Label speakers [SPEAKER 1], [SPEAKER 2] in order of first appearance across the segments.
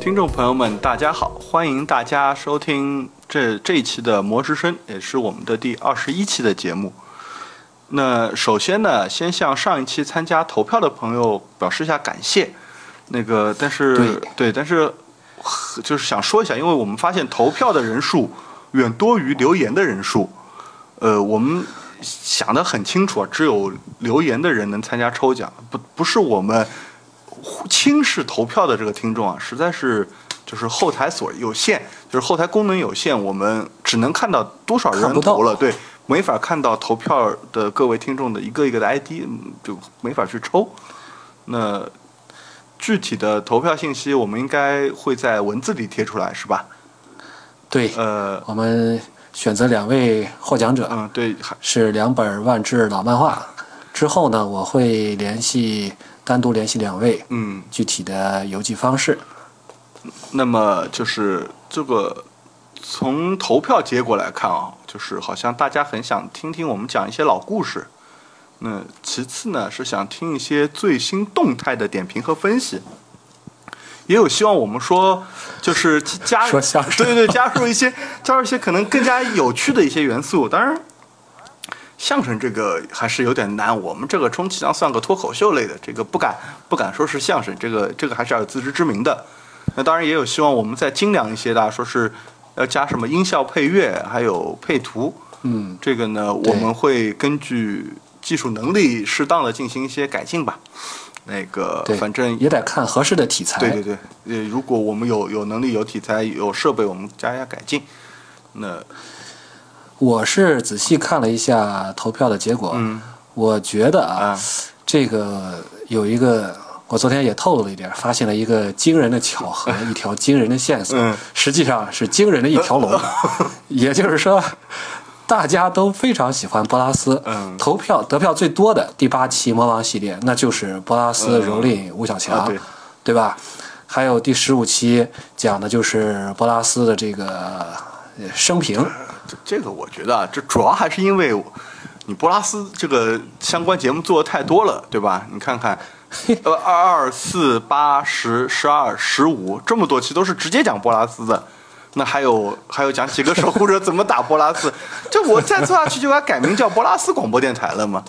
[SPEAKER 1] 听众朋友们，大家好，欢迎大家收听这这一期的《魔之声》，也是我们的第二十一期的节目。那首先呢，先向上一期参加投票的朋友表示一下感谢。那个，但是对，但是呵就是想说一下，因为我们发现投票的人数远多于留言的人数。呃，我们想得很清楚啊，只有留言的人能参加抽奖，不不是我们轻视投票的这个听众啊，实在是就是后台所有限，就是后台功能有限，我们只能看到多少人
[SPEAKER 2] 看不到
[SPEAKER 1] 投了，对，没法看到投票的各位听众的一个一个的 ID，嗯就没法去抽。那具体的投票信息，我们应该会在文字里贴出来，是吧？
[SPEAKER 2] 对，
[SPEAKER 1] 呃，
[SPEAKER 2] 我们选择两位获奖者，啊
[SPEAKER 1] 嗯，对，还
[SPEAKER 2] 是两本万智老漫画。之后呢，我会联系单独联系两位，
[SPEAKER 1] 嗯，
[SPEAKER 2] 具体的邮寄方式。
[SPEAKER 1] 那么就是这个从投票结果来看啊，就是好像大家很想听听我们讲一些老故事。那其次呢，是想听一些最新动态的点评和分析，也有希望我们说，就是加
[SPEAKER 2] 说相声
[SPEAKER 1] 对对对，加入一些加入一些可能更加有趣的一些元素。当然，相声这个还是有点难，我们这个充其量算个脱口秀类的，这个不敢不敢说是相声，这个这个还是要有自知之明的。那当然也有希望我们再精良一些的，说是要加什么音效配乐，还有配图。
[SPEAKER 2] 嗯，
[SPEAKER 1] 这个呢，
[SPEAKER 2] 对
[SPEAKER 1] 我们会根据技术能力适当的进行一些改进吧。那个
[SPEAKER 2] 对，，
[SPEAKER 1] 反正
[SPEAKER 2] 也得看合适的题材。
[SPEAKER 1] 对对对，呃，如果我们有有能力、有题材、有设备，我们加一下改进。那
[SPEAKER 2] 我是仔细看了一下投票的结果，
[SPEAKER 1] 嗯
[SPEAKER 2] 我觉得啊，
[SPEAKER 1] 啊，
[SPEAKER 2] 这个有一个，我昨天也透露了一点，发现了一个惊人的巧 合，一条惊人的线索，
[SPEAKER 1] 嗯
[SPEAKER 2] 实际上是惊人的一 条龙。也就是说，大家都非常喜欢波拉斯，
[SPEAKER 1] 嗯
[SPEAKER 2] 投票得票最多的第八期魔王系列，那就是波拉斯、
[SPEAKER 1] 嗯
[SPEAKER 2] 蹂躏吴小强，
[SPEAKER 1] 啊对
[SPEAKER 2] 对吧？还有第十五期讲的就是波拉斯的这个呃生平，
[SPEAKER 1] 这这个我觉得啊，这主要还是因为我你波拉斯这个相关节目做的太多了，对吧？你看 看，呃，二二四八十十二十五这么多期都是直接讲波拉斯的。那还有还有讲几个守护者怎么打波拉斯， 这我再做下去就该改名叫波拉斯广播电台了嘛？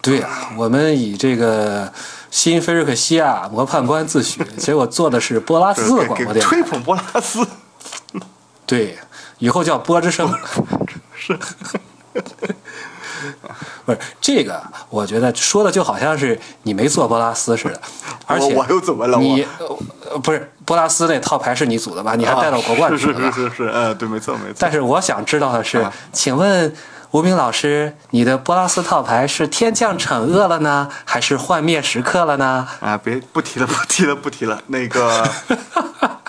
[SPEAKER 2] 对啊，我们以这个新菲瑞克西亚模判官自诩，结果做的是波拉斯的广
[SPEAKER 1] 给
[SPEAKER 2] 播
[SPEAKER 1] 给
[SPEAKER 2] 电台。
[SPEAKER 1] 吹捧波拉斯，
[SPEAKER 2] 对，以后叫波之声。是， 不是这个？我觉得说的就好像是你没做波拉斯似的，而且
[SPEAKER 1] 我我又怎么了我
[SPEAKER 2] 你呃不是波拉斯那套牌是你组的吧？你还带到国冠
[SPEAKER 1] 啊
[SPEAKER 2] 组
[SPEAKER 1] 是
[SPEAKER 2] 的
[SPEAKER 1] 是
[SPEAKER 2] 吧？
[SPEAKER 1] 是是是，呃，对，没错没错
[SPEAKER 2] 但。是我想知道的是，
[SPEAKER 1] 啊
[SPEAKER 2] 请问吴明老师，你的波拉斯套牌是天降惩恶了呢，还是幻灭时刻了呢？
[SPEAKER 1] 啊，别不提了， 不提了，不提了。那个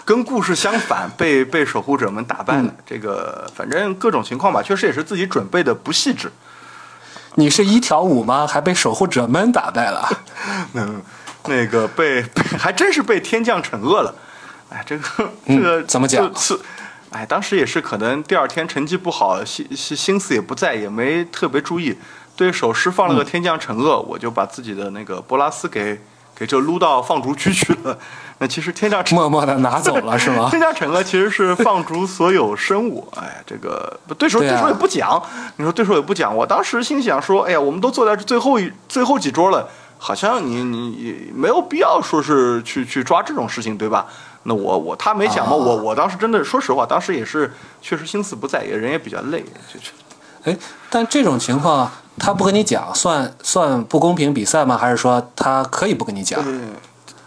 [SPEAKER 1] 跟故事相反，被被守护者们打败了。
[SPEAKER 2] 嗯
[SPEAKER 1] 这个反正各种情况吧，确实也是自己准备的不细致。
[SPEAKER 2] 你是一条五吗？还被守护者们打败了？
[SPEAKER 1] 嗯，那个被被还真是被天降惩恶了。哎，这个这个、
[SPEAKER 2] 嗯怎么讲
[SPEAKER 1] 是，哎，当时也是可能第二天成绩不好，心心心思也不在，也没特别注意。对手施放了
[SPEAKER 2] 嗯
[SPEAKER 1] 个天降惩恶，我就把自己的那个波拉斯给给这撸到放逐区去了。 那其实天降惩
[SPEAKER 2] 默默的拿走了是吗
[SPEAKER 1] 天？降惩恶其实是放逐所有生物， 哎，这个不对手
[SPEAKER 2] 对
[SPEAKER 1] 对
[SPEAKER 2] 啊
[SPEAKER 1] 手也不讲，你说对手也不讲，我当时心想说，哎呀，我们都坐在最后一最后几桌了，好像你你也没有必要说是去去抓这种事情，对吧？那我我他没讲嘛，
[SPEAKER 2] 啊
[SPEAKER 1] 我我当时真的说实话，当时也是确实心思不在，也人也比较累，就就
[SPEAKER 2] 哎，但这种情况他不跟你讲，算算不公平比赛吗？还是说他可以不跟你讲？
[SPEAKER 1] 嗯，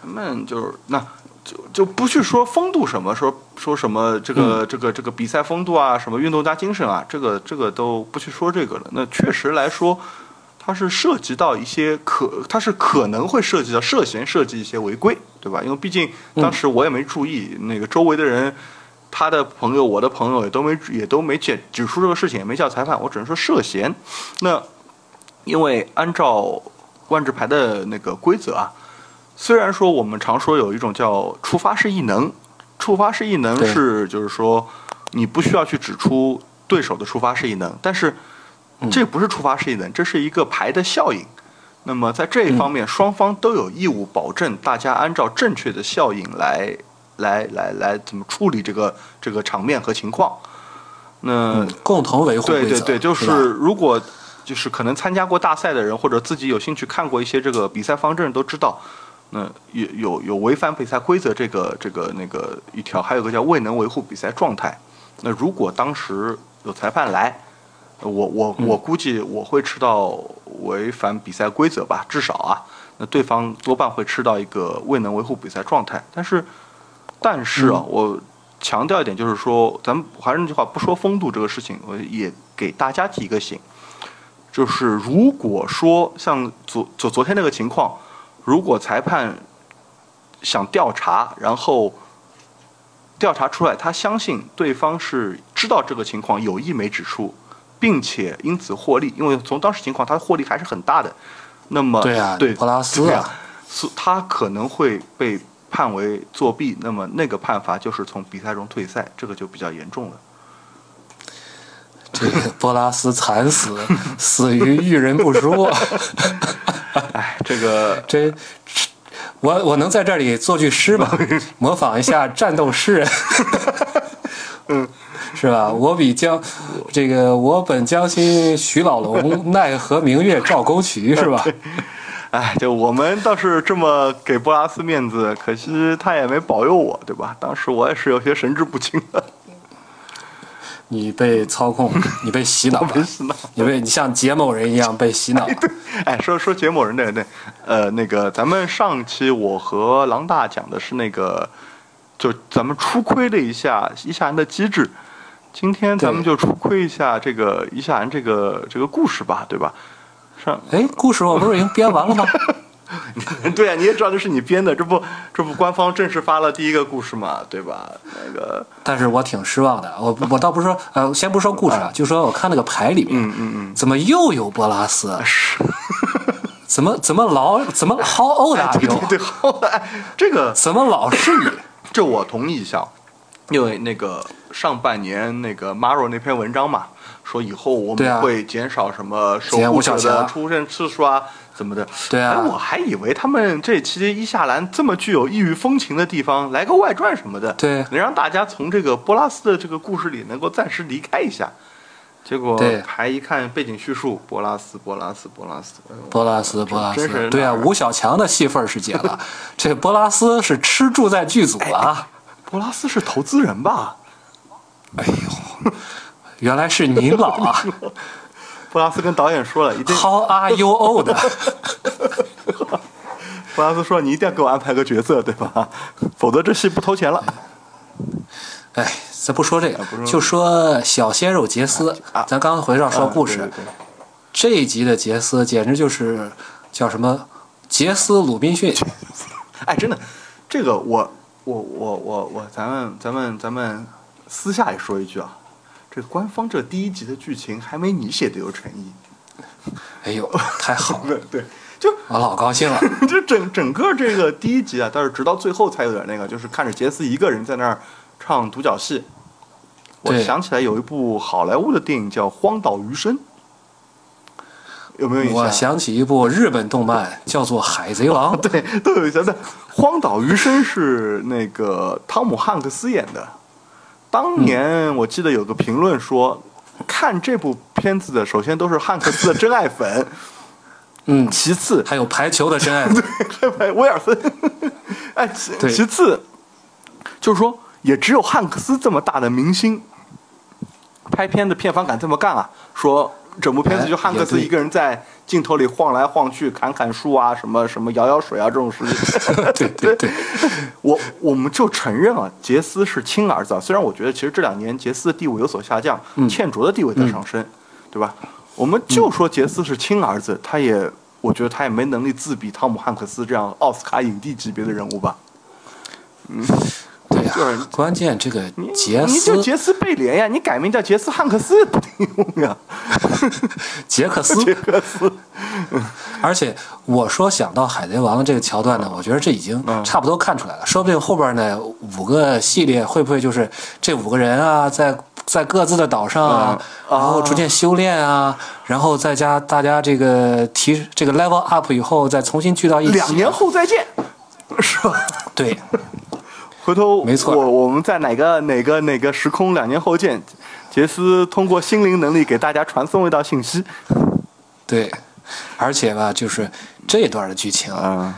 [SPEAKER 1] 咱们就是那就就不去说风度什么，说说什么这个、这个这个比赛风度啊，什么运动家精神啊，这个这个都不去说这个了。那确实来说，它是涉及到一些可，它是可能会涉及到涉嫌涉及一些违规，对吧？因为毕竟当时我也没注意，那个周围的人。他的朋友，我的朋友也都没也都没指指出这个事情，也没叫裁判，我只能说涉嫌。那因为按照万智牌的那个规则啊，虽然说我们常说有一种叫触发式异能，触发式异能
[SPEAKER 2] 对
[SPEAKER 1] 是就是说你不需要去指出对手的触发式异能，但是
[SPEAKER 2] 嗯
[SPEAKER 1] 这不是触发式异能，这是一个牌的效应。那
[SPEAKER 2] 嗯
[SPEAKER 1] 么在这一方面，双方都有义务保证大家按照正确的效应来来来来怎么处理这个这个场面和情况。那
[SPEAKER 2] 嗯，共同维护规
[SPEAKER 1] 对
[SPEAKER 2] 则。
[SPEAKER 1] 对对，就是
[SPEAKER 2] 吧
[SPEAKER 1] 如果就是可能参加过大赛的人，或者自己有兴趣看过一些这个比赛方阵，都知道，那有有有违反比赛规则这个这个那个一条，还有个叫未能维护比赛状态。那如果当时有裁判来，呃我我我估计我会吃到违反比赛规则吧，至少啊，那对方多半会吃到一个未能维护比赛状态。但是，但是啊，我强调一点，就是说，咱们还是那句话，不说风度这个事情，我也给大家提个醒，就是如果说像昨昨昨天那个情况，如果裁判想调查，然后调查出来，他相信对方是知道这个情况，有意没指出，并且因此获利，因为从当时情况，他获利还是很大的。那么，
[SPEAKER 2] 对啊
[SPEAKER 1] 对
[SPEAKER 2] 普拉斯啊
[SPEAKER 1] 对啊所他可能会被判为作弊，那么那个判罚就是从比赛中退赛，这个就比较严重了。
[SPEAKER 2] 这个波拉斯惨死，死于遇人 不淑。
[SPEAKER 1] 哎，这个
[SPEAKER 2] 这，我我能在这里做句 诗吗？模仿一下战斗诗人，
[SPEAKER 1] 嗯
[SPEAKER 2] 是吧？我比将这个我本将心许 老龙，奈何明月照沟渠，是吧？
[SPEAKER 1] 哎，就我们倒是这么给波拉斯面子，可惜他也没保佑我，对吧？当时我也是有些神志不清的，
[SPEAKER 2] 你被操控，你被洗脑了，
[SPEAKER 1] 被洗脑
[SPEAKER 2] 你被你像杰某人一样被洗脑了。
[SPEAKER 1] 哎，说说节目人对对，呃，那个咱们上期我和狼大讲的是那个，就咱们初窥了一下伊夏兰的机制，今天咱们就初窥一下这个伊夏兰这个这个故事吧，对吧？ 上，
[SPEAKER 2] 哎，故事我不是已经编完了吗？
[SPEAKER 1] 对啊，你也知道这是你编的，这不这不官方正式发了第一个故事嘛，对吧？那个，
[SPEAKER 2] 但是我挺失望的。我我倒不是说，呃，先不说故事啊，就说我看那个牌里面，
[SPEAKER 1] 嗯嗯嗯，
[SPEAKER 2] 怎么又有波 拉斯？
[SPEAKER 1] 是。
[SPEAKER 2] 怎么怎么老怎么 How old
[SPEAKER 1] 哎
[SPEAKER 2] are
[SPEAKER 1] 对
[SPEAKER 2] you？
[SPEAKER 1] 对对，后来这个
[SPEAKER 2] 怎么老是你？
[SPEAKER 1] 这我同意一下，因为那个上半年那个 Maro 那篇文章嘛，说以后我
[SPEAKER 2] 对啊
[SPEAKER 1] 们会减少什么守
[SPEAKER 2] 减
[SPEAKER 1] 护
[SPEAKER 2] 五小
[SPEAKER 1] 者
[SPEAKER 2] 节啊
[SPEAKER 1] 的出现次数啊，怎么的？
[SPEAKER 2] 对啊
[SPEAKER 1] 哎，我还以为他们这期伊夏兰这么具有异域风情的地方，来个外传什么的，
[SPEAKER 2] 对
[SPEAKER 1] 能让大家从这个波拉斯的这个故事里能够暂时离开一下。结果
[SPEAKER 2] 对
[SPEAKER 1] 还一看背景叙述，波拉斯，波拉斯，波拉斯，哎呦
[SPEAKER 2] 波拉斯，波拉
[SPEAKER 1] 真是
[SPEAKER 2] 斯，
[SPEAKER 1] 哪
[SPEAKER 2] 对啊，
[SPEAKER 1] 儿啊
[SPEAKER 2] 吴小强的戏份儿是解 了，这波拉斯是吃住在剧组啊。
[SPEAKER 1] 波拉斯是投资人吧？
[SPEAKER 2] 哎呦，原来是您老 啊
[SPEAKER 1] 波拉斯跟导演说了，一定
[SPEAKER 2] ，How are you old？
[SPEAKER 1] 布拉斯说：“你一定要给我安排个角色，对吧？ 否则这戏不投钱了。
[SPEAKER 2] 哎，咱不说这个
[SPEAKER 1] 啊不，说
[SPEAKER 2] 就说小鲜肉杰斯
[SPEAKER 1] 啊，
[SPEAKER 2] 咱刚回到”说故事，
[SPEAKER 1] 对对对
[SPEAKER 2] 这一集的杰斯简直就是叫什么杰斯鲁滨逊，
[SPEAKER 1] 哎，真的，这个我我我我我，咱们咱们咱们私下里说一句啊，这官方这第一集的剧情还没你写的有诚意。
[SPEAKER 2] 哎呦，太好了，
[SPEAKER 1] 对对，就
[SPEAKER 2] 我老高兴了。
[SPEAKER 1] 就整整个这个第一集啊，但是直到最后才有点那个，就是看着杰斯一个人在那儿唱独角戏。我
[SPEAKER 2] 对
[SPEAKER 1] 想起来有一部好莱坞的电影叫《荒岛余生》，有没有印象？
[SPEAKER 2] 我想起一部日本动漫叫做《海贼王》，
[SPEAKER 1] 对，都有一些。对，《荒岛余生》是那个汤姆汉克斯演的。当
[SPEAKER 2] 嗯
[SPEAKER 1] 年我记得有个评论说，看这部片子的首先都是汉克斯的真爱粉，
[SPEAKER 2] 嗯，
[SPEAKER 1] 其次
[SPEAKER 2] 还有排球的真 爱粉，
[SPEAKER 1] 还有威尔森。哎，其
[SPEAKER 2] 对
[SPEAKER 1] 其次就是说，也只有汉克斯这么大的明星，拍片的片方敢这么干啊？说整部片子
[SPEAKER 2] 哎
[SPEAKER 1] 就汉克斯
[SPEAKER 2] 也对
[SPEAKER 1] 一个人在镜头里晃来晃去，砍砍树啊，什么什么摇摇水啊这种事情。
[SPEAKER 2] 对 对对，
[SPEAKER 1] 我我们就承认啊，杰斯是亲儿子啊。虽然我觉得其实这两年杰斯的地位有所下降，
[SPEAKER 2] 嗯
[SPEAKER 1] 倩卓的地位在上升，对吧？我们就说杰斯是亲儿子，他也我觉得他也没能力自比汤姆汉克斯这样奥斯卡影帝级别的人物吧。
[SPEAKER 2] 对
[SPEAKER 1] 就是
[SPEAKER 2] 呀。关键这个
[SPEAKER 1] 你
[SPEAKER 2] 杰
[SPEAKER 1] 你就
[SPEAKER 2] 斯
[SPEAKER 1] 杰斯贝莲呀，你改名叫杰斯汉克斯也不顶用呀，
[SPEAKER 2] 杰克斯，
[SPEAKER 1] 杰克斯。
[SPEAKER 2] 而且我说想到《海贼王》这个桥段呢，我觉得这已经
[SPEAKER 1] 嗯
[SPEAKER 2] 差不多看出来了。说不定后边呢五个系列会不会就是这五个人啊，在在各自的岛上啊，
[SPEAKER 1] 嗯
[SPEAKER 2] 然后逐渐修炼啊，然后再加大家这个提这个 level 啊 up 以后，再重新聚到一起。
[SPEAKER 1] 两年后再见，是吧？
[SPEAKER 2] 对，
[SPEAKER 1] 回头
[SPEAKER 2] 没错
[SPEAKER 1] 我我们在哪个哪个哪个时空两年后见，杰斯通过心灵能力给大家传送一道信息。
[SPEAKER 2] 对，而且吧，就是这段的剧情，啊
[SPEAKER 1] 嗯，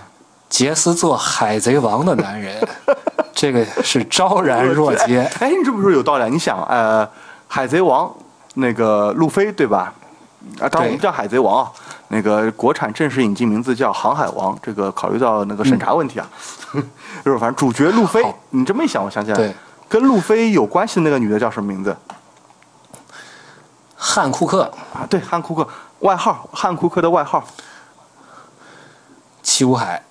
[SPEAKER 2] 杰斯做海贼王的男人， 这个是昭然若揭
[SPEAKER 1] 哎。哎，你这么说有道理啊。你想，呃，海贼王那个路飞对吧？啊，当然我们
[SPEAKER 2] 对
[SPEAKER 1] 叫海贼王啊。那个国产正式引进名字叫《航海王》，这个考虑到那个审查问题啊， 就是反正主角路飞
[SPEAKER 2] 好，
[SPEAKER 1] 你这么一想，我想起来，
[SPEAKER 2] 对，
[SPEAKER 1] 跟路飞有关系的那个女的叫什么名字
[SPEAKER 2] 汉库克
[SPEAKER 1] 啊？对，汉库克外号，汉库克的外号，
[SPEAKER 2] 七武海，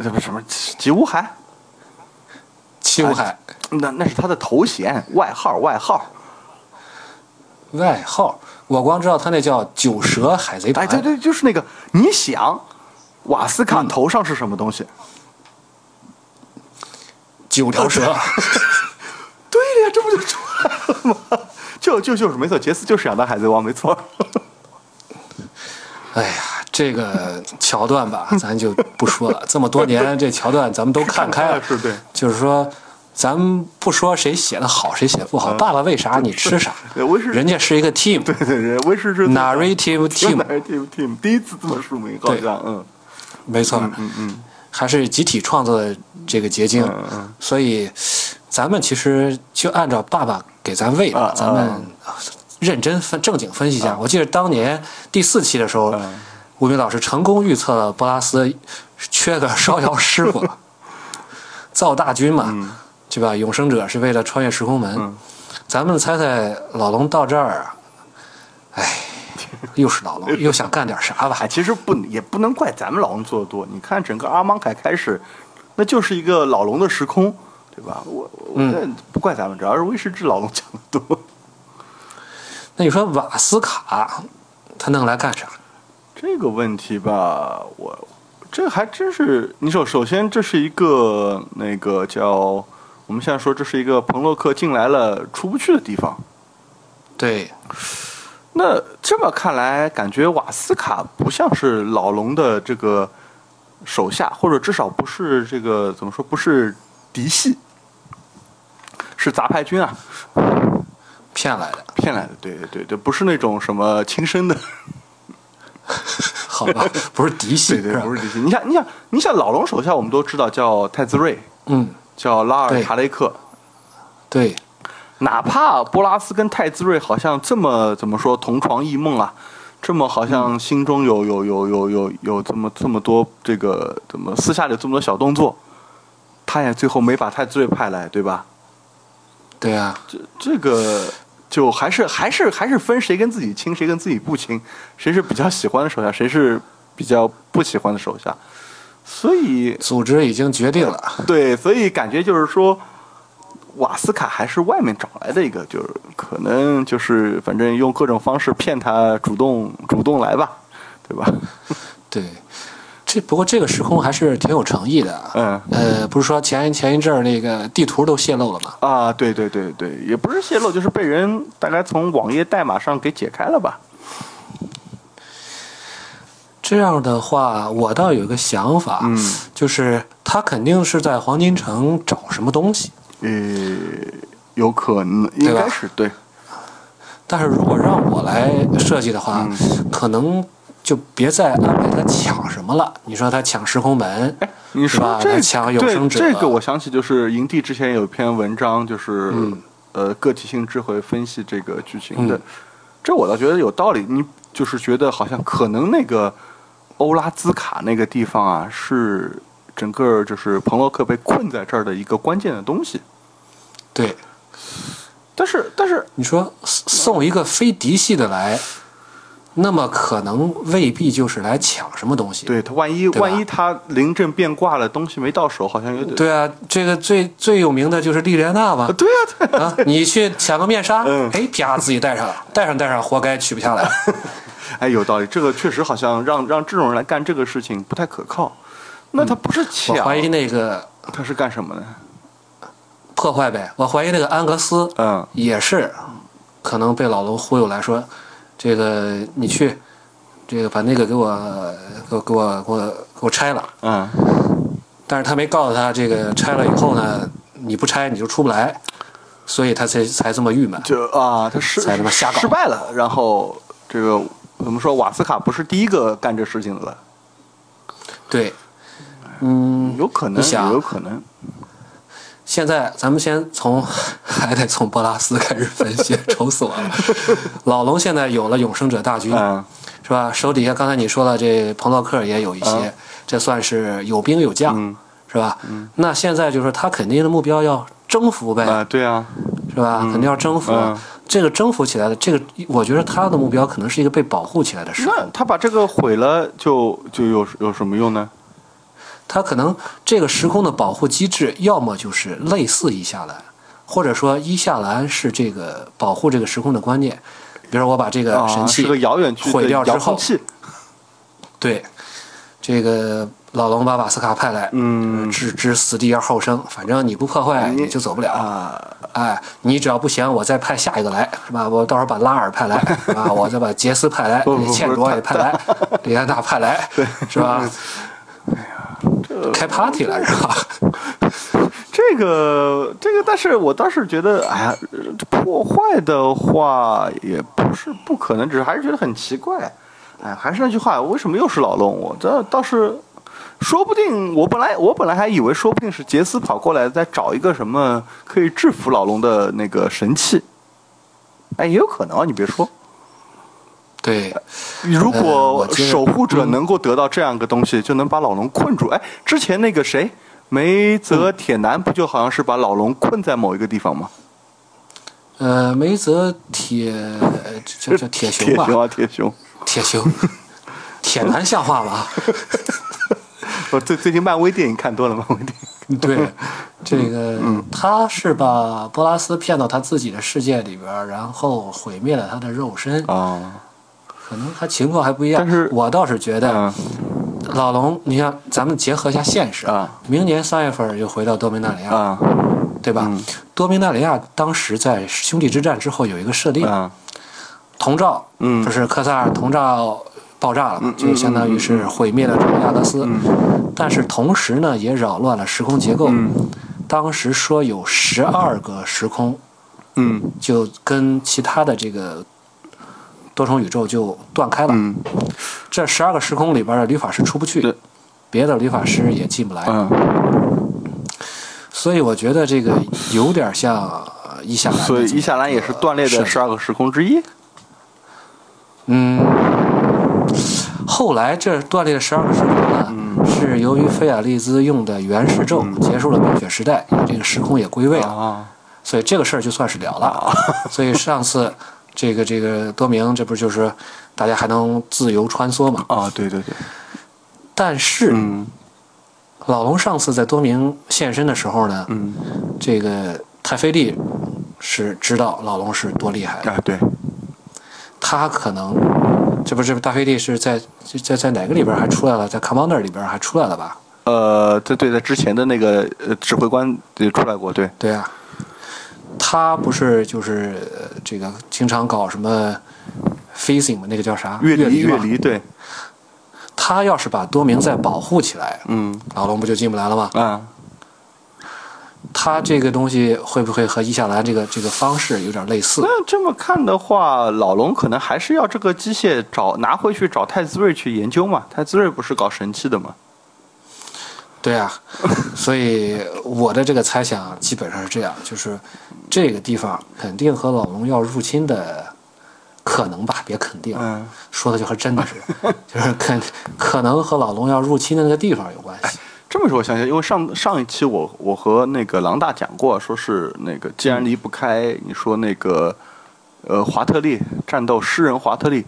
[SPEAKER 1] 这不什么吉乌海？
[SPEAKER 2] 七武海
[SPEAKER 1] 那那是他的头衔、外号、外号。
[SPEAKER 2] 外号，我光知道他那叫九蛇海贼
[SPEAKER 1] 哎，对
[SPEAKER 2] 团。
[SPEAKER 1] 对，就是那个，你想，瓦斯卡头上是什么东西？
[SPEAKER 2] 九条蛇，
[SPEAKER 1] 对呀，这不就出来了吗？ 就就就是没错，杰斯就是想当海贼王，没错。
[SPEAKER 2] 哎呀，这个桥段 吧，咱就不说了。这么多年，这桥段咱们都看开了，
[SPEAKER 1] 哎是对，
[SPEAKER 2] 就是说，咱们不说谁写的好，谁写不好，爸爸喂啥你吃啥，
[SPEAKER 1] 嗯对威士
[SPEAKER 2] 人家是一个 team
[SPEAKER 1] 对对对，威士是
[SPEAKER 2] narrative team，
[SPEAKER 1] team team 第一次这么署名，好
[SPEAKER 2] 对
[SPEAKER 1] 像嗯
[SPEAKER 2] 没错，
[SPEAKER 1] 嗯嗯
[SPEAKER 2] 还是集体创作的这个结晶。
[SPEAKER 1] 嗯嗯，
[SPEAKER 2] 所以，咱们其实就按照爸爸给咱喂
[SPEAKER 1] 啊啊啊
[SPEAKER 2] 的，咱们认真分正经分析一下。我记得当年第四期的时候
[SPEAKER 1] 嗯，
[SPEAKER 2] 吴明老师成功预测了波拉斯缺个烧窑师傅， 造大军嘛，对吧？永生者是为了穿越时空门
[SPEAKER 1] 嗯。
[SPEAKER 2] 咱们猜猜老龙到这儿，哎，又是老龙，又想干点啥吧
[SPEAKER 1] 哎，？其实不也不能怪咱们老龙做的多，你看整个阿芒凯开始，那就是一个老龙的时空，对吧？我我我
[SPEAKER 2] 嗯
[SPEAKER 1] 这不怪咱们，主要是威士忌老龙讲的多。
[SPEAKER 2] 那你说瓦斯卡，他弄来干啥？
[SPEAKER 1] 这个问题吧，我这还真是你首首先这是一个那个叫我们现在说这是一个彭洛克进来了出不去的地方。
[SPEAKER 2] 对，
[SPEAKER 1] 那这么看来，感觉瓦斯卡不像是老龙的这个手下，或者至少不是这个怎么说，不是嫡系，是杂牌军啊，
[SPEAKER 2] 骗来的，
[SPEAKER 1] 骗来的。对对对，这不是那种什么亲生的。
[SPEAKER 2] 好吧，不是嫡系，
[SPEAKER 1] 对对，
[SPEAKER 2] 吧
[SPEAKER 1] 不是嫡系。你想，你想，你想，老龙手下我们都知道叫太子睿，
[SPEAKER 2] 嗯，
[SPEAKER 1] 叫拉尔
[SPEAKER 2] 对
[SPEAKER 1] 查雷克。
[SPEAKER 2] 对，
[SPEAKER 1] 哪怕波拉斯跟泰兹瑞好像这么怎么说同床异梦啊，这么好像心中有有有有有有这么这么多这个怎么私下里有这么多小动作，他也最后没把泰兹瑞派来，对吧？
[SPEAKER 2] 对啊，
[SPEAKER 1] 这这个就还是还是还是分谁跟自己亲，谁跟自己不亲，谁是比较喜欢的手下，谁是比较不喜欢的手下，所以
[SPEAKER 2] 组织已经决定了，
[SPEAKER 1] 对，所以感觉就是说，瓦斯卡还是外面找来的一个，就是可能就是反正用各种方式骗他主动主动来吧，对吧？
[SPEAKER 2] 对，这不过这个时空还是挺有诚意的，
[SPEAKER 1] 嗯
[SPEAKER 2] 呃，不是说前前一阵儿那个地图都泄露了吗？
[SPEAKER 1] 啊，对对对对，也不是泄露，就是被人大概从网页代码上给解开了吧？
[SPEAKER 2] 这样的话，我倒有一个想法，
[SPEAKER 1] 嗯
[SPEAKER 2] 就是他肯定是在黄金城找什么东西，
[SPEAKER 1] 呃，有可能，应
[SPEAKER 2] 吧
[SPEAKER 1] 该是对
[SPEAKER 2] 但是如果让我来设计的话，
[SPEAKER 1] 嗯
[SPEAKER 2] 可能就别再安排他抢什么了。你说他抢时空门，
[SPEAKER 1] 哎，你
[SPEAKER 2] 是吧
[SPEAKER 1] 说这
[SPEAKER 2] 来抢永生者
[SPEAKER 1] 对这个，我想起就是营地之前有一篇文章，就是、呃个体性智慧分析这个剧情的，
[SPEAKER 2] 嗯
[SPEAKER 1] 这我倒觉得有道理。你就是觉得好像可能那个欧拉兹卡那个地方啊，是整个就是彭洛克被困在这儿的一个关键的东西。
[SPEAKER 2] 对，
[SPEAKER 1] 但是但是
[SPEAKER 2] 你说送送一个非嫡系的来，那么可能未必就是来抢什么东西。
[SPEAKER 1] 对他万一
[SPEAKER 2] 对吧
[SPEAKER 1] 万一他临阵变卦了，东西没到手，好像有点
[SPEAKER 2] 对啊，这个最最有名的就是莉莲娜嘛
[SPEAKER 1] 啊。对啊 对啊
[SPEAKER 2] 啊，你去抢个面纱
[SPEAKER 1] 嗯，
[SPEAKER 2] 哎，啪，自己戴上了，戴上戴上，活该取不下来。
[SPEAKER 1] 哎，有道理，这个确实好像让让这种人来干这个事情不太可靠。那他 不是
[SPEAKER 2] 嗯
[SPEAKER 1] 啊
[SPEAKER 2] 我
[SPEAKER 1] 抢，
[SPEAKER 2] 怀疑那个
[SPEAKER 1] 他是干什么呢？
[SPEAKER 2] 破坏呗，我怀疑那个安格斯
[SPEAKER 1] 嗯，
[SPEAKER 2] 也是，可能被老龙忽悠来说，这个你去，这个把那个给我给我给我给我给我拆了。
[SPEAKER 1] 嗯，
[SPEAKER 2] 但是他没告诉他这个拆了以后呢，你不拆你就出不来，所以他才才这么郁闷。
[SPEAKER 1] 就啊，他失
[SPEAKER 2] 才他妈瞎搞
[SPEAKER 1] 失败了，然后这个怎么说？瓦斯卡不是第一个干这事情的了，
[SPEAKER 2] 对，嗯，
[SPEAKER 1] 有可能，
[SPEAKER 2] 你想
[SPEAKER 1] 有可能。
[SPEAKER 2] 现在咱们先从还得从波拉斯开始分析，愁死我了。老龙现在有了永生者大军，
[SPEAKER 1] 嗯，
[SPEAKER 2] 是吧？手底下刚才你说了，这彭洛克也有一些，
[SPEAKER 1] 嗯
[SPEAKER 2] 这算是有兵有将，
[SPEAKER 1] 嗯
[SPEAKER 2] 是吧？那现在就是他肯定的目标要征服呗，
[SPEAKER 1] 啊，对啊，
[SPEAKER 2] 是吧？肯定要征服。
[SPEAKER 1] 嗯
[SPEAKER 2] 这个征服起来的，这个我觉得他的目标可能是一个被保护起来的时
[SPEAKER 1] 那
[SPEAKER 2] 候，
[SPEAKER 1] 他把这个毁了就，就有有什么用呢？
[SPEAKER 2] 他可能这个时空的保护机制，要么就是类似伊夏兰，或者说伊夏兰是这个保护这个时空的观念。比如说我把这个
[SPEAKER 1] 啊，
[SPEAKER 2] 呃神器、
[SPEAKER 1] 是个遥远区
[SPEAKER 2] 毁
[SPEAKER 1] 的
[SPEAKER 2] 掉之
[SPEAKER 1] 遥控
[SPEAKER 2] 后
[SPEAKER 1] 器，
[SPEAKER 2] 对，这个老龙把瓦斯卡派来，
[SPEAKER 1] 嗯
[SPEAKER 2] 置之死地而后生。反正你不破坏，
[SPEAKER 1] 你
[SPEAKER 2] 你就走不了。
[SPEAKER 1] 啊，
[SPEAKER 2] 哎，你只要不行，我再派下一个来，是吧？我到时候把拉尔 派来，是吧？我再把杰斯派来
[SPEAKER 1] 不不，不
[SPEAKER 2] 茜卓也派来，李安娜派来，是 吧？哎开 party 了是吧？
[SPEAKER 1] 这个这个，但是我倒是觉得，哎呀，呃破坏的话也不是不可能，只是还是觉得很奇怪。哎，还是那句话，为什么又是老龙？我这倒是，说不定我本来我本来还以为，说不定是杰斯跑过来再找一个什么可以制服老龙的那个神器。哎，也有可能啊，你别说，
[SPEAKER 2] 对，
[SPEAKER 1] 如
[SPEAKER 2] 呃
[SPEAKER 1] 果
[SPEAKER 2] 我记得
[SPEAKER 1] 守护者能够得到这样一个东西，就能把老龙困住。哎，之前那个谁，梅泽铁男不就好像是把老龙困在某一个地方吗？
[SPEAKER 2] 呃，梅泽铁呃这叫叫铁
[SPEAKER 1] 铁
[SPEAKER 2] 熊吧？
[SPEAKER 1] 熊啊，铁 熊！
[SPEAKER 2] 铁熊，铁男像话吧？
[SPEAKER 1] 我哦最最近漫威电影看多了， 漫威电影。
[SPEAKER 2] 对，这个
[SPEAKER 1] 嗯
[SPEAKER 2] 他是把波拉斯骗到他自己的世界里边儿，然后毁灭了他的肉身，
[SPEAKER 1] 啊，
[SPEAKER 2] 可能他情况还不一样。
[SPEAKER 1] 但是
[SPEAKER 2] 我倒是觉得
[SPEAKER 1] 嗯，
[SPEAKER 2] 老龙，你像咱们结合一下现实
[SPEAKER 1] 啊，
[SPEAKER 2] 明年三月份儿又回到多明纳里亚，
[SPEAKER 1] 啊
[SPEAKER 2] 对吧？多明纳里亚当时在兄弟之战之后有一个设定，
[SPEAKER 1] 啊
[SPEAKER 2] 同照，
[SPEAKER 1] 嗯
[SPEAKER 2] 就是科萨尔同照爆炸了嘛，就相当于是毁灭了整个亚德斯，
[SPEAKER 1] 嗯
[SPEAKER 2] 但是同时呢，也扰乱了时空结构。当时说有十二个时空，
[SPEAKER 1] 嗯
[SPEAKER 2] 就跟其他的这个多重宇宙就断开了。
[SPEAKER 1] 嗯
[SPEAKER 2] 这十二个时空里边的理发师出不去
[SPEAKER 1] 对，
[SPEAKER 2] 别的理发师也进不来，
[SPEAKER 1] 嗯，
[SPEAKER 2] 所以我觉得这个有点像呃伊夏兰的这
[SPEAKER 1] 所
[SPEAKER 2] 么
[SPEAKER 1] 以
[SPEAKER 2] 一个设计。
[SPEAKER 1] 伊夏兰也是断裂的十二个时空之一。
[SPEAKER 2] 嗯，后来这断裂的十二个时空呢，
[SPEAKER 1] 嗯
[SPEAKER 2] 是由于菲亚利兹用的原始咒结束了冰雪时代，这个时空也归位了，
[SPEAKER 1] 啊
[SPEAKER 2] 所以这个事儿就算是了了。 所以上次这个这个多明，这不就是大家还能自由穿梭嘛？
[SPEAKER 1] 啊，对对对，
[SPEAKER 2] 但是
[SPEAKER 1] 嗯
[SPEAKER 2] 老龙上次在多明现身的时候呢，
[SPEAKER 1] 嗯
[SPEAKER 2] 这个泰菲利是知道老龙是多厉害的，
[SPEAKER 1] 啊，对，
[SPEAKER 2] 他可能这不是大飞利是在在在在哪个里边还出来了，在 Commander 里边还出来了吧？
[SPEAKER 1] 呃，对对，在之前的那个呃指挥官也出来过，对，
[SPEAKER 2] 对啊，他不是就是呃这个经常搞什么 phasing 嘛，那个叫啥？
[SPEAKER 1] 越离越
[SPEAKER 2] 嘛
[SPEAKER 1] 离，对，
[SPEAKER 2] 他要是把多明再保护起来，
[SPEAKER 1] 嗯
[SPEAKER 2] 老龙不就进不来了吗？
[SPEAKER 1] 啊。
[SPEAKER 2] 他这个东西会不会和伊夏兰这个这个方式有点类似？
[SPEAKER 1] 那这么看的话，老龙可能还是要这个机械找拿回去找太子睿去研究嘛。太子睿不是搞神器的嘛？
[SPEAKER 2] 对啊， 所以我的这个猜想基本上是这样，就是这个地方肯定和老龙要入侵的可能吧，别肯定，
[SPEAKER 1] 嗯，
[SPEAKER 2] 说的就和真的似的，就是 肯可能和老龙要入侵的那个地方有关系。
[SPEAKER 1] 这么说我想想，因为上上一期我我和那个狼大讲过，说是那个既然离不开，你说那个呃华特利战斗诗人华特利。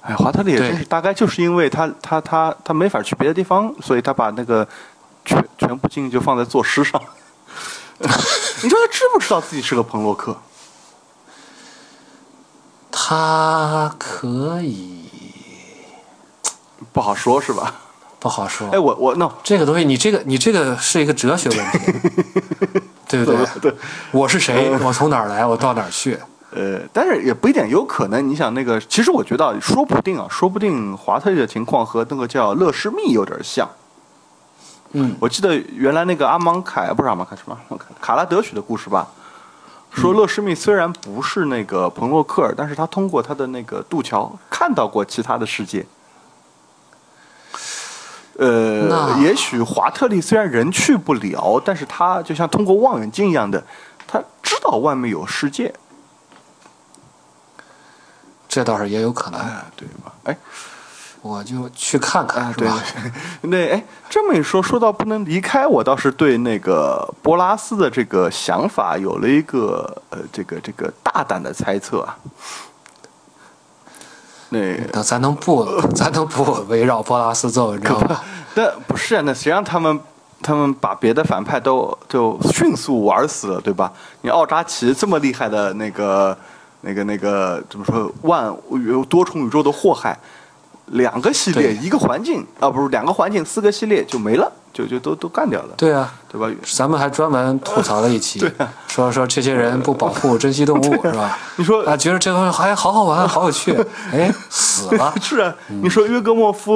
[SPEAKER 1] 哎，华特利也
[SPEAKER 2] 对
[SPEAKER 1] 真是，大概就是因为他他他他没法去别的地方，所以他把那个全全部精力就放在作诗上。 你说他知不知道自己是个彭洛克？
[SPEAKER 2] 他可以
[SPEAKER 1] 不好说，是吧？
[SPEAKER 2] 不好说
[SPEAKER 1] 哎，，我我那、no,
[SPEAKER 2] 这个东西你这个你这个是一个哲学问 题，对不对？
[SPEAKER 1] 对，嗯
[SPEAKER 2] 我是谁？我从哪儿来？我到哪儿去？
[SPEAKER 1] 呃，但是也不一定，有可能。你想那个，其实我觉得啊，说不定啊，说不定华特利的情况和那个叫乐施密有点像。
[SPEAKER 2] 嗯，
[SPEAKER 1] 我记得原来那个阿芒凯不是阿芒凯什么阿芒凯卡拉德许的故事吧，说勒施密虽然不是那个彭洛克尔，但是他通过他的那个渡桥看到过其他的世界。呃，
[SPEAKER 2] 那
[SPEAKER 1] 也许华特利虽然人去不了，但是他就像通过望远镜一样的，他知道外面有世界，
[SPEAKER 2] 这倒是也有可能，
[SPEAKER 1] 啊，对吧？哎，
[SPEAKER 2] 我就去看看，
[SPEAKER 1] 啊，
[SPEAKER 2] 是
[SPEAKER 1] 对
[SPEAKER 2] 吧？，
[SPEAKER 1] 那哎，这么一说，说到不能离开，我倒是对那个波拉斯的这个想法有了一个呃，这个这个大胆的猜测啊。那
[SPEAKER 2] 那咱能 不咱能不围绕波拉斯做文章吗？
[SPEAKER 1] 那不是啊，那谁让他们他们把别的反派都就迅速玩死了，对吧？你奥扎奇这么厉害的那个那个那个怎么说万有多重宇宙的祸害，两个系列
[SPEAKER 2] 对
[SPEAKER 1] 一个环境啊，不是两个环境四个系列就没了，就就都都干掉了，
[SPEAKER 2] 对啊，
[SPEAKER 1] 对吧？
[SPEAKER 2] 咱们还专门吐槽了 一期，说说这些人不保护珍稀动物、是吧？
[SPEAKER 1] 啊你说
[SPEAKER 2] 啊，觉得这个还好好玩，好
[SPEAKER 1] 。
[SPEAKER 2] 有趣，哎，死了
[SPEAKER 1] 是啊，你说约格莫夫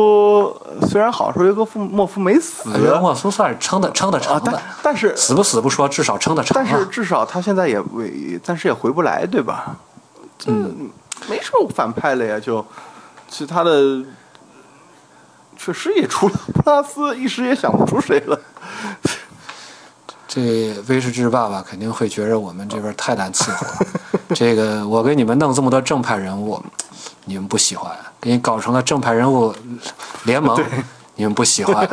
[SPEAKER 1] 呃虽然好像说约格夫莫夫没死
[SPEAKER 2] 约莫苏算是撑的撑的
[SPEAKER 1] 啊
[SPEAKER 2] 长，的
[SPEAKER 1] 但，但是
[SPEAKER 2] 死不死不说，至少撑的长
[SPEAKER 1] 但
[SPEAKER 2] 啊。
[SPEAKER 1] 是至少他现在也也暂时也回不来，对吧？这没什么反派了呀，就其他的确实也除了布拉斯，一时也想不出谁了。
[SPEAKER 2] 这威士忌爸爸肯定会觉着我们这边太难伺候了。这个我给你们弄这么多正派人物，你们不喜欢，啊给你搞成了正派人物联盟，你们不喜欢，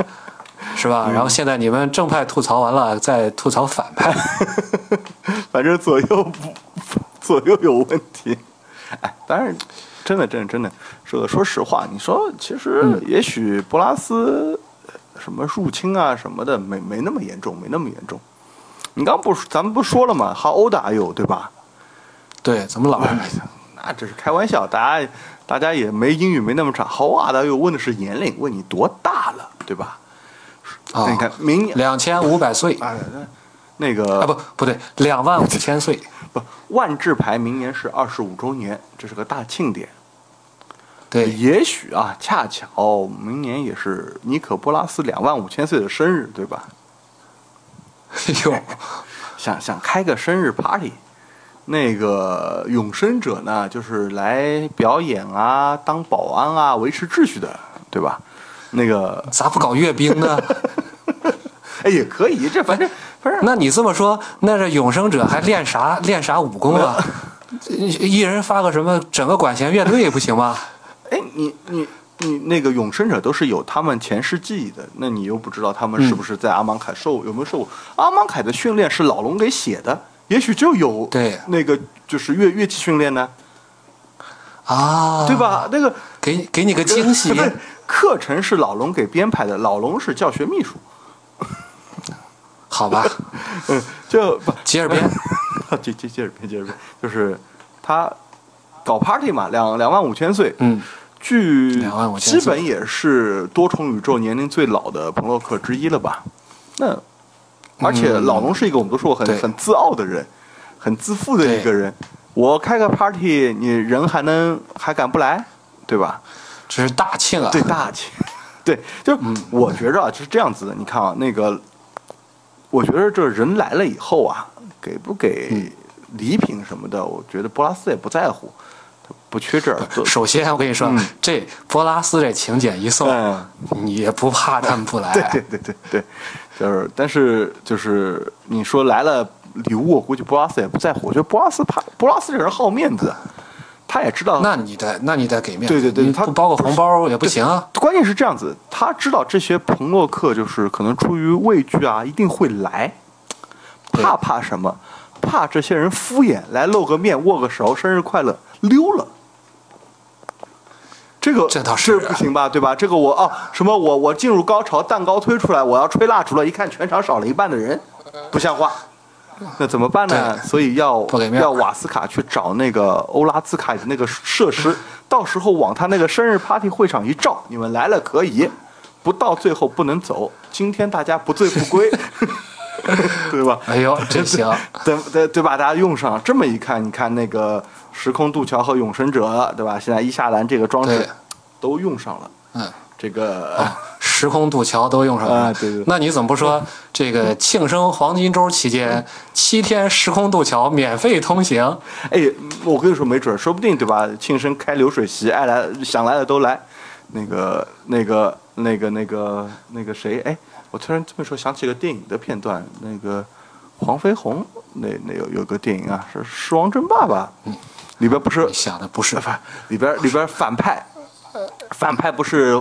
[SPEAKER 2] 是 吧？然后
[SPEAKER 1] 嗯
[SPEAKER 2] 现在你们正派吐槽完了，再吐槽反派，
[SPEAKER 1] 反正左右不左右有问题。哎，当然，真的，真的，真的，说说实话，你说其实也许布拉斯呃什么入侵啊什么的，没没那么严重，没那么严重。你刚不是，咱们不说了嘛，还殴打有对吧？
[SPEAKER 2] 对，怎么老
[SPEAKER 1] 嗯
[SPEAKER 2] 是你？
[SPEAKER 1] 那只是开玩笑，大家大家也没英语没那么差。好啊，他又问的是年龄，问你多大了，对吧？
[SPEAKER 2] 啊
[SPEAKER 1] 你看明年
[SPEAKER 2] 两千五百岁
[SPEAKER 1] 啊，那那
[SPEAKER 2] 啊，
[SPEAKER 1] 个
[SPEAKER 2] 不不对，两万五 千岁。
[SPEAKER 1] 不万智牌明年是二十五周年，这是个大庆典。
[SPEAKER 2] 对，
[SPEAKER 1] 也许啊，恰巧明年也是尼可波拉斯两万五千岁的生日，对吧？
[SPEAKER 2] 哟，
[SPEAKER 1] 想想开个生日 party，那个永生者呢，就是来表演啊，当保安啊，维持秩序的，对吧？那个
[SPEAKER 2] 咋不搞阅兵呢？
[SPEAKER 1] 哎，也可以，这反正反正
[SPEAKER 2] 那你这么说，那这永生者还练啥练啥武功啊？一一人发个什么整个管弦乐队不行吗？
[SPEAKER 1] 哎，你你你那个永生者都是有他们前世记忆的，那你又不知道他们
[SPEAKER 2] 嗯
[SPEAKER 1] 是不是在阿芒凯受、有没有受过阿芒凯的训练是老龙给写的，也许就有
[SPEAKER 2] 对
[SPEAKER 1] 那个就是乐乐器训练呢，
[SPEAKER 2] 啊，
[SPEAKER 1] 对？吧？那个
[SPEAKER 2] 给给你个惊 喜
[SPEAKER 1] 不，是课程是老龙给编排的，老龙是教学秘书，
[SPEAKER 2] 好吧？
[SPEAKER 1] 嗯，就不
[SPEAKER 2] 接着编，
[SPEAKER 1] 接接接着编接着编，就是他搞 party 嘛，两两万五千岁，
[SPEAKER 2] 嗯，
[SPEAKER 1] 据
[SPEAKER 2] 25,000
[SPEAKER 1] 基本也是多重宇宙年龄最老的朋洛克之一了吧？那而且老龙是一个我们都说过很
[SPEAKER 2] 嗯对
[SPEAKER 1] 很自傲的人，很自负的一个
[SPEAKER 2] 对
[SPEAKER 1] 人。我开个 party，你人还能还敢不来，对吧？
[SPEAKER 2] 这是大庆啊！
[SPEAKER 1] 对大气， 对，就是
[SPEAKER 2] 嗯
[SPEAKER 1] 我觉着啊，就是这样子的。你看啊，那个，我觉得这人来了以后啊，给不
[SPEAKER 2] 嗯
[SPEAKER 1] 给礼品什么的，我觉得波拉斯也不在乎，他不缺这
[SPEAKER 2] 呃
[SPEAKER 1] 儿。做
[SPEAKER 2] 首先我跟你说，
[SPEAKER 1] 嗯
[SPEAKER 2] 这波拉斯这请柬一送，
[SPEAKER 1] 嗯，
[SPEAKER 2] 你也不怕他们不 来？
[SPEAKER 1] 对对对对对，就是，但是就是你说来了礼物，我估计波拉斯也不在乎。我觉得波拉斯怕波拉斯这个人好面子，他也知道
[SPEAKER 2] 那你得那你得给面子，
[SPEAKER 1] 对对对
[SPEAKER 2] 你
[SPEAKER 1] 他
[SPEAKER 2] 不包个红包也不行啊。
[SPEAKER 1] 关键是这样子，他知道这些朋洛克就是可能出于畏惧啊，一定会来，
[SPEAKER 2] 对
[SPEAKER 1] 怕怕什么？怕这些人敷衍，来露个面，握个手，生日快乐，溜了。这个
[SPEAKER 2] 这倒是
[SPEAKER 1] 不行吧，对吧？这个我哦，什么我我进入高潮，蛋糕推出来，我要吹蜡烛了，一看全场少了一半的人，不像话。那怎么办呢？
[SPEAKER 2] 对
[SPEAKER 1] 所以要
[SPEAKER 2] 不给面儿
[SPEAKER 1] 要瓦斯卡去找那个欧拉兹卡的那个设施，到时候往他那个生日 party 会场一照，你们来了可以，不到最后不能走。今天大家不醉不归， 对吧？
[SPEAKER 2] 哎呦，这行，
[SPEAKER 1] 对对对吧？大家用上这么一看，你看那个时空渡桥和永生者，对吧？现在伊夏兰这个装置
[SPEAKER 2] 对
[SPEAKER 1] 都用上了，
[SPEAKER 2] 嗯，
[SPEAKER 1] 这个、
[SPEAKER 2] 哦时空渡桥都用上了。
[SPEAKER 1] 啊对对
[SPEAKER 2] 那你怎么不说这个庆生黄金周期间七天时空渡桥免费通行？
[SPEAKER 1] 哎，我跟你说，没准儿，说不定对吧？庆生开流水席，爱来想来的都来。那个、那个、那个、那个、那个谁？哎，我突然这么说，想起个电影的片段，那个黄飞鸿，那那有有个电影啊，是《狮王争霸》吧？里边不是
[SPEAKER 2] 你想的不是
[SPEAKER 1] 不是里边里边反派，反派不是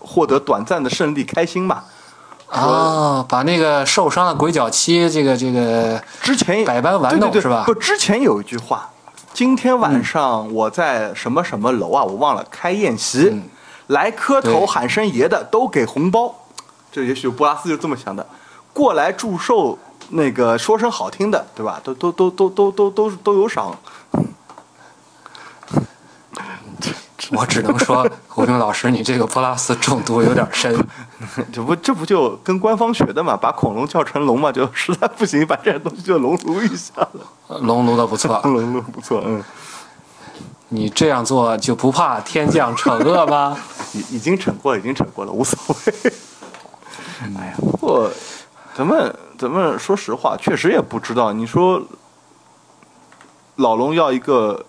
[SPEAKER 1] 获得短暂的胜利开心嘛？
[SPEAKER 2] 啊，把那个受伤的鬼脚七，这个这个
[SPEAKER 1] 之前
[SPEAKER 2] 百般玩弄
[SPEAKER 1] 对对对
[SPEAKER 2] 是吧
[SPEAKER 1] 不，之前有一句话，今天晚上我在什么什么楼啊，我忘了开宴席，
[SPEAKER 2] 嗯
[SPEAKER 1] 来磕头
[SPEAKER 2] 对
[SPEAKER 1] 喊声爷的都给红包。这也许博拉斯就这么想的，过来祝寿那个说声好听的，对吧？都都都都都都都都有赏。
[SPEAKER 2] 我只能说，胡平老师，你这个普拉斯中毒有点深。
[SPEAKER 1] 这不这不就跟官方学的嘛？把恐龙叫成龙嘛，就实在不行，把这些东西就熔炉一下了。
[SPEAKER 2] 龙炉的不错，
[SPEAKER 1] 熔炉不错，嗯，
[SPEAKER 2] 你这样做就不怕天降惩恶吗？
[SPEAKER 1] 已已经整过了，已经整过了，无所谓。 哎呀，不过咱们咱们说实话，确实也不知道。你说老龙要一个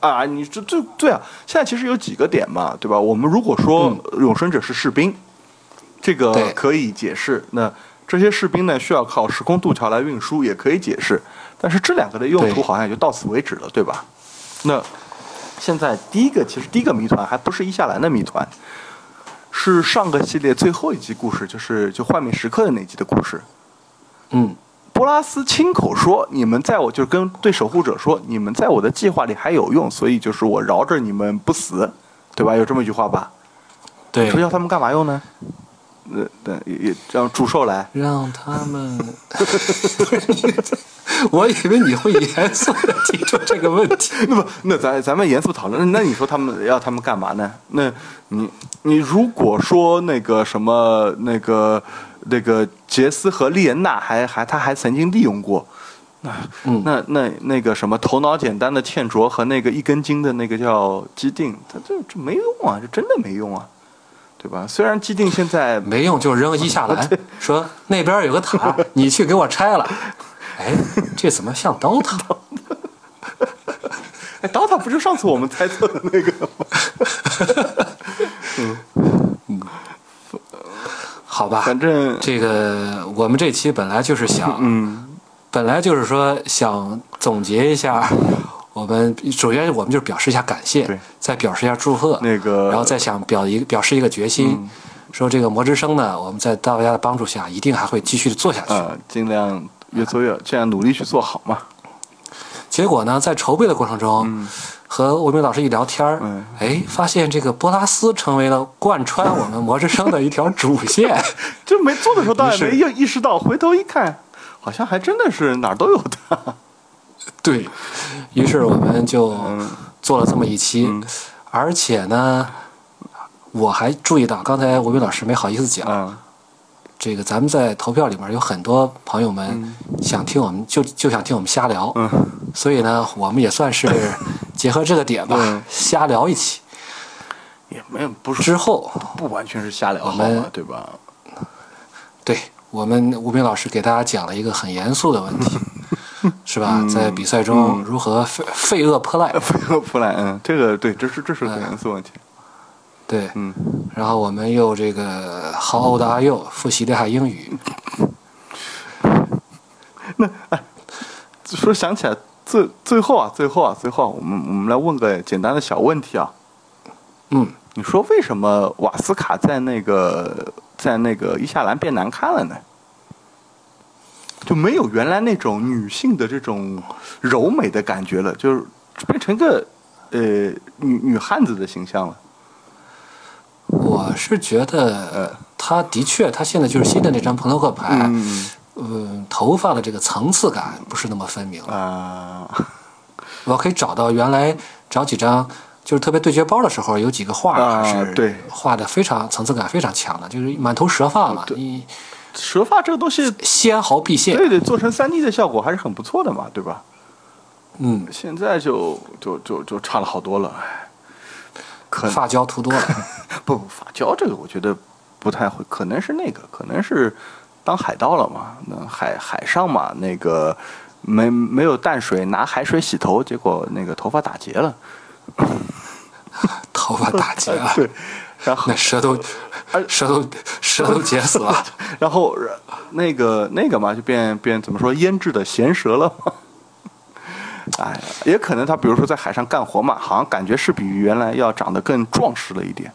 [SPEAKER 1] 啊，你这这对啊，现在其实有几个点嘛，对吧？我们如果说永生者是士兵，这个
[SPEAKER 2] 对
[SPEAKER 1] 可以解释。那这些士兵呢，需要靠时空渡桥来运输，也可以解释。但是这两个的用途
[SPEAKER 2] 对
[SPEAKER 1] 好像也就到此为止了，对吧？那现在第一个，其实第一个谜团还不是伊夏兰的谜团，是上个系列最后一集故事，就是就幻灭时刻的那集的故事。
[SPEAKER 2] 嗯，
[SPEAKER 1] 波拉斯亲口说：“你们在我就是跟对守护者说，你们在我的计划里还有用，所以就是我饶着你们不死，对吧？有这么一句话吧？
[SPEAKER 2] 对
[SPEAKER 1] 说，要他们干嘛用呢？呃，对，也也让祝寿来。
[SPEAKER 2] 让他们。 我以为你会严肃的提出这个问题。
[SPEAKER 1] 那不，那咱咱们严肃讨论。那你说他们要他们干嘛呢？那你你如果说那个什么那个那个杰斯和丽莲娜还还他还曾经利用过，那
[SPEAKER 2] 嗯
[SPEAKER 1] 那那那个什么头脑简单的倩卓和那个一根筋的那个叫基定，他这这没用啊，这真的没用啊，对吧？虽然基定现在
[SPEAKER 2] 没用就扔伊夏兰，说那边有个 塔，你去给我拆了。哎，这怎么像刀塔？
[SPEAKER 1] 哎，DOTA 不是上次我们猜测的那个吗？
[SPEAKER 2] 好吧，
[SPEAKER 1] 反正
[SPEAKER 2] 这个我们这期本来就是想，
[SPEAKER 1] 嗯，
[SPEAKER 2] 本来就是说想总结一下， 我们首先我们就是表示一下感
[SPEAKER 1] 对
[SPEAKER 2] 谢，再表示一下祝贺，
[SPEAKER 1] 那个嗯
[SPEAKER 2] 然后再想表一表示一个决心，说这个魔之声呢，我们在大家的帮助下，一定还会继续地做下去。
[SPEAKER 1] 呃，尽量越做越尽量努力去做好嘛。
[SPEAKER 2] 结果呢，在筹备的过程中，和吴明老师一聊天儿
[SPEAKER 1] 嗯，
[SPEAKER 2] 哎，发现这个波拉斯成为了贯穿我们魔之声的一条主 线。
[SPEAKER 1] 就没做的时候倒也
[SPEAKER 2] 于
[SPEAKER 1] 没
[SPEAKER 2] 是
[SPEAKER 1] 意意识到，回头一看，好像还真的是哪儿都有的。
[SPEAKER 2] 对于是，我们就做了这么一期，嗯而且呢，我还注意到，刚才吴斌老师没好意思讲，
[SPEAKER 1] 嗯，
[SPEAKER 2] 这个咱们在投票里面有很多朋友们嗯想听我们、就就想听我们瞎聊，
[SPEAKER 1] 嗯
[SPEAKER 2] 所以呢，我们也算 是结合这个点吧，
[SPEAKER 1] 嗯
[SPEAKER 2] 瞎聊一期。
[SPEAKER 1] 也没有，不是
[SPEAKER 2] 之后，
[SPEAKER 1] 不完全是瞎聊好
[SPEAKER 2] 我
[SPEAKER 1] 吗
[SPEAKER 2] 们？
[SPEAKER 1] 对吧？
[SPEAKER 2] 对我们吴斌老师给大家讲了一个很严肃的问 题，是吧？
[SPEAKER 1] 嗯
[SPEAKER 2] 在比赛中如何废废恶泼赖，
[SPEAKER 1] 菲尔普莱恩，嗯这个对，这是这是个严肃问题。
[SPEAKER 2] 对，
[SPEAKER 1] 嗯，
[SPEAKER 2] 然后我们又这个 How old are you？复习了一下英语。
[SPEAKER 1] 说想起来，最最后啊，最后啊，最后啊，我们我们来问个简单的小问题啊。
[SPEAKER 2] 嗯，
[SPEAKER 1] 你说为什么瓦斯卡在那个在那个伊夏兰变难看了呢？就没有原来那种女性的这种柔美的感觉了，就是变成个呃女女汉子的形象了。
[SPEAKER 2] 我是觉得呃他的确，他现在就是新的那张朋克牌，
[SPEAKER 1] 嗯
[SPEAKER 2] 嗯，头发的这个层次感不是那么分明了。
[SPEAKER 1] 啊、
[SPEAKER 2] 我可以找到原来找几张，就是特别对决包的时候，有几个画
[SPEAKER 1] 啊
[SPEAKER 2] 是
[SPEAKER 1] 对
[SPEAKER 2] 画的非常层次感非常强的，就是满头蛇发嘛，你
[SPEAKER 1] 蛇发这个东西，
[SPEAKER 2] 纤毫毕现。
[SPEAKER 1] 对对，做成三 D 的效果还是很不错的嘛，对吧？
[SPEAKER 2] 嗯，
[SPEAKER 1] 现在就就就就差了好多了。哎可能
[SPEAKER 2] 发胶涂多了。
[SPEAKER 1] 不不，发胶这个我觉得不不太会，可能是那个，可能是当海盗了嘛，那海海上嘛，那个没没有淡水，拿海水洗头，结果那个头发打结了，
[SPEAKER 2] 头发打结 了，
[SPEAKER 1] 对，然后
[SPEAKER 2] 那舌头
[SPEAKER 1] 而，
[SPEAKER 2] 舌头舌头结死了，
[SPEAKER 1] 然后那个那个嘛，就变变怎么说腌制的咸蛇了嘛。哎呀，也可能他比如说在海上干活嘛，好像感觉是比原来要长得更壮实了一点，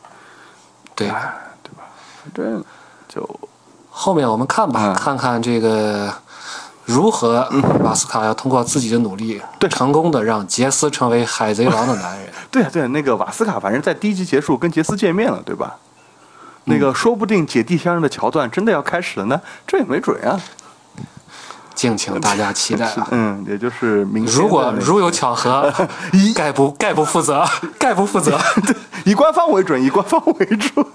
[SPEAKER 2] 对。
[SPEAKER 1] 哎，对吧？反正就
[SPEAKER 2] 后面我们看吧，
[SPEAKER 1] 嗯
[SPEAKER 2] 看看这个如何马斯卡要通过自己的努力，
[SPEAKER 1] 对
[SPEAKER 2] 成功的让杰斯成为海贼王的 男人。
[SPEAKER 1] 对啊，对啊，那个瓦斯卡，反正在第一集结束跟杰斯见面了，对吧？那
[SPEAKER 2] 嗯
[SPEAKER 1] 个说不定姐弟相认的桥段真的要开始了呢，这也没准啊。
[SPEAKER 2] 敬请大家期待啊！
[SPEAKER 1] 嗯，也就是明天的
[SPEAKER 2] 如果
[SPEAKER 1] 那个
[SPEAKER 2] 如有巧合，概不概不负责，概不负责。
[SPEAKER 1] 以官方为准，以官方为主，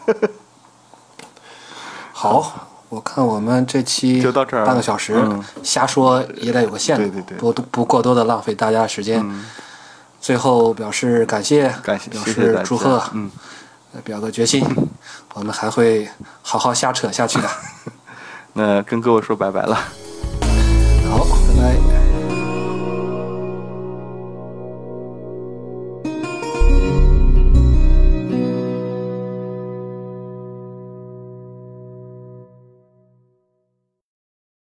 [SPEAKER 2] 好，我看我们这期
[SPEAKER 1] 就到这儿
[SPEAKER 2] 半个小时，
[SPEAKER 1] 嗯
[SPEAKER 2] 瞎说也得有个限度，
[SPEAKER 1] 对对对
[SPEAKER 2] 不不过多的浪费大家的时间。最后表示感谢，
[SPEAKER 1] 感谢，
[SPEAKER 2] 表
[SPEAKER 1] 谢谢大
[SPEAKER 2] 示
[SPEAKER 1] 家。
[SPEAKER 2] 祝贺，
[SPEAKER 1] 嗯，
[SPEAKER 2] 表个决 心，我们还会好好瞎扯下去的。
[SPEAKER 1] 那跟各位说拜拜了。
[SPEAKER 2] 好，拜拜。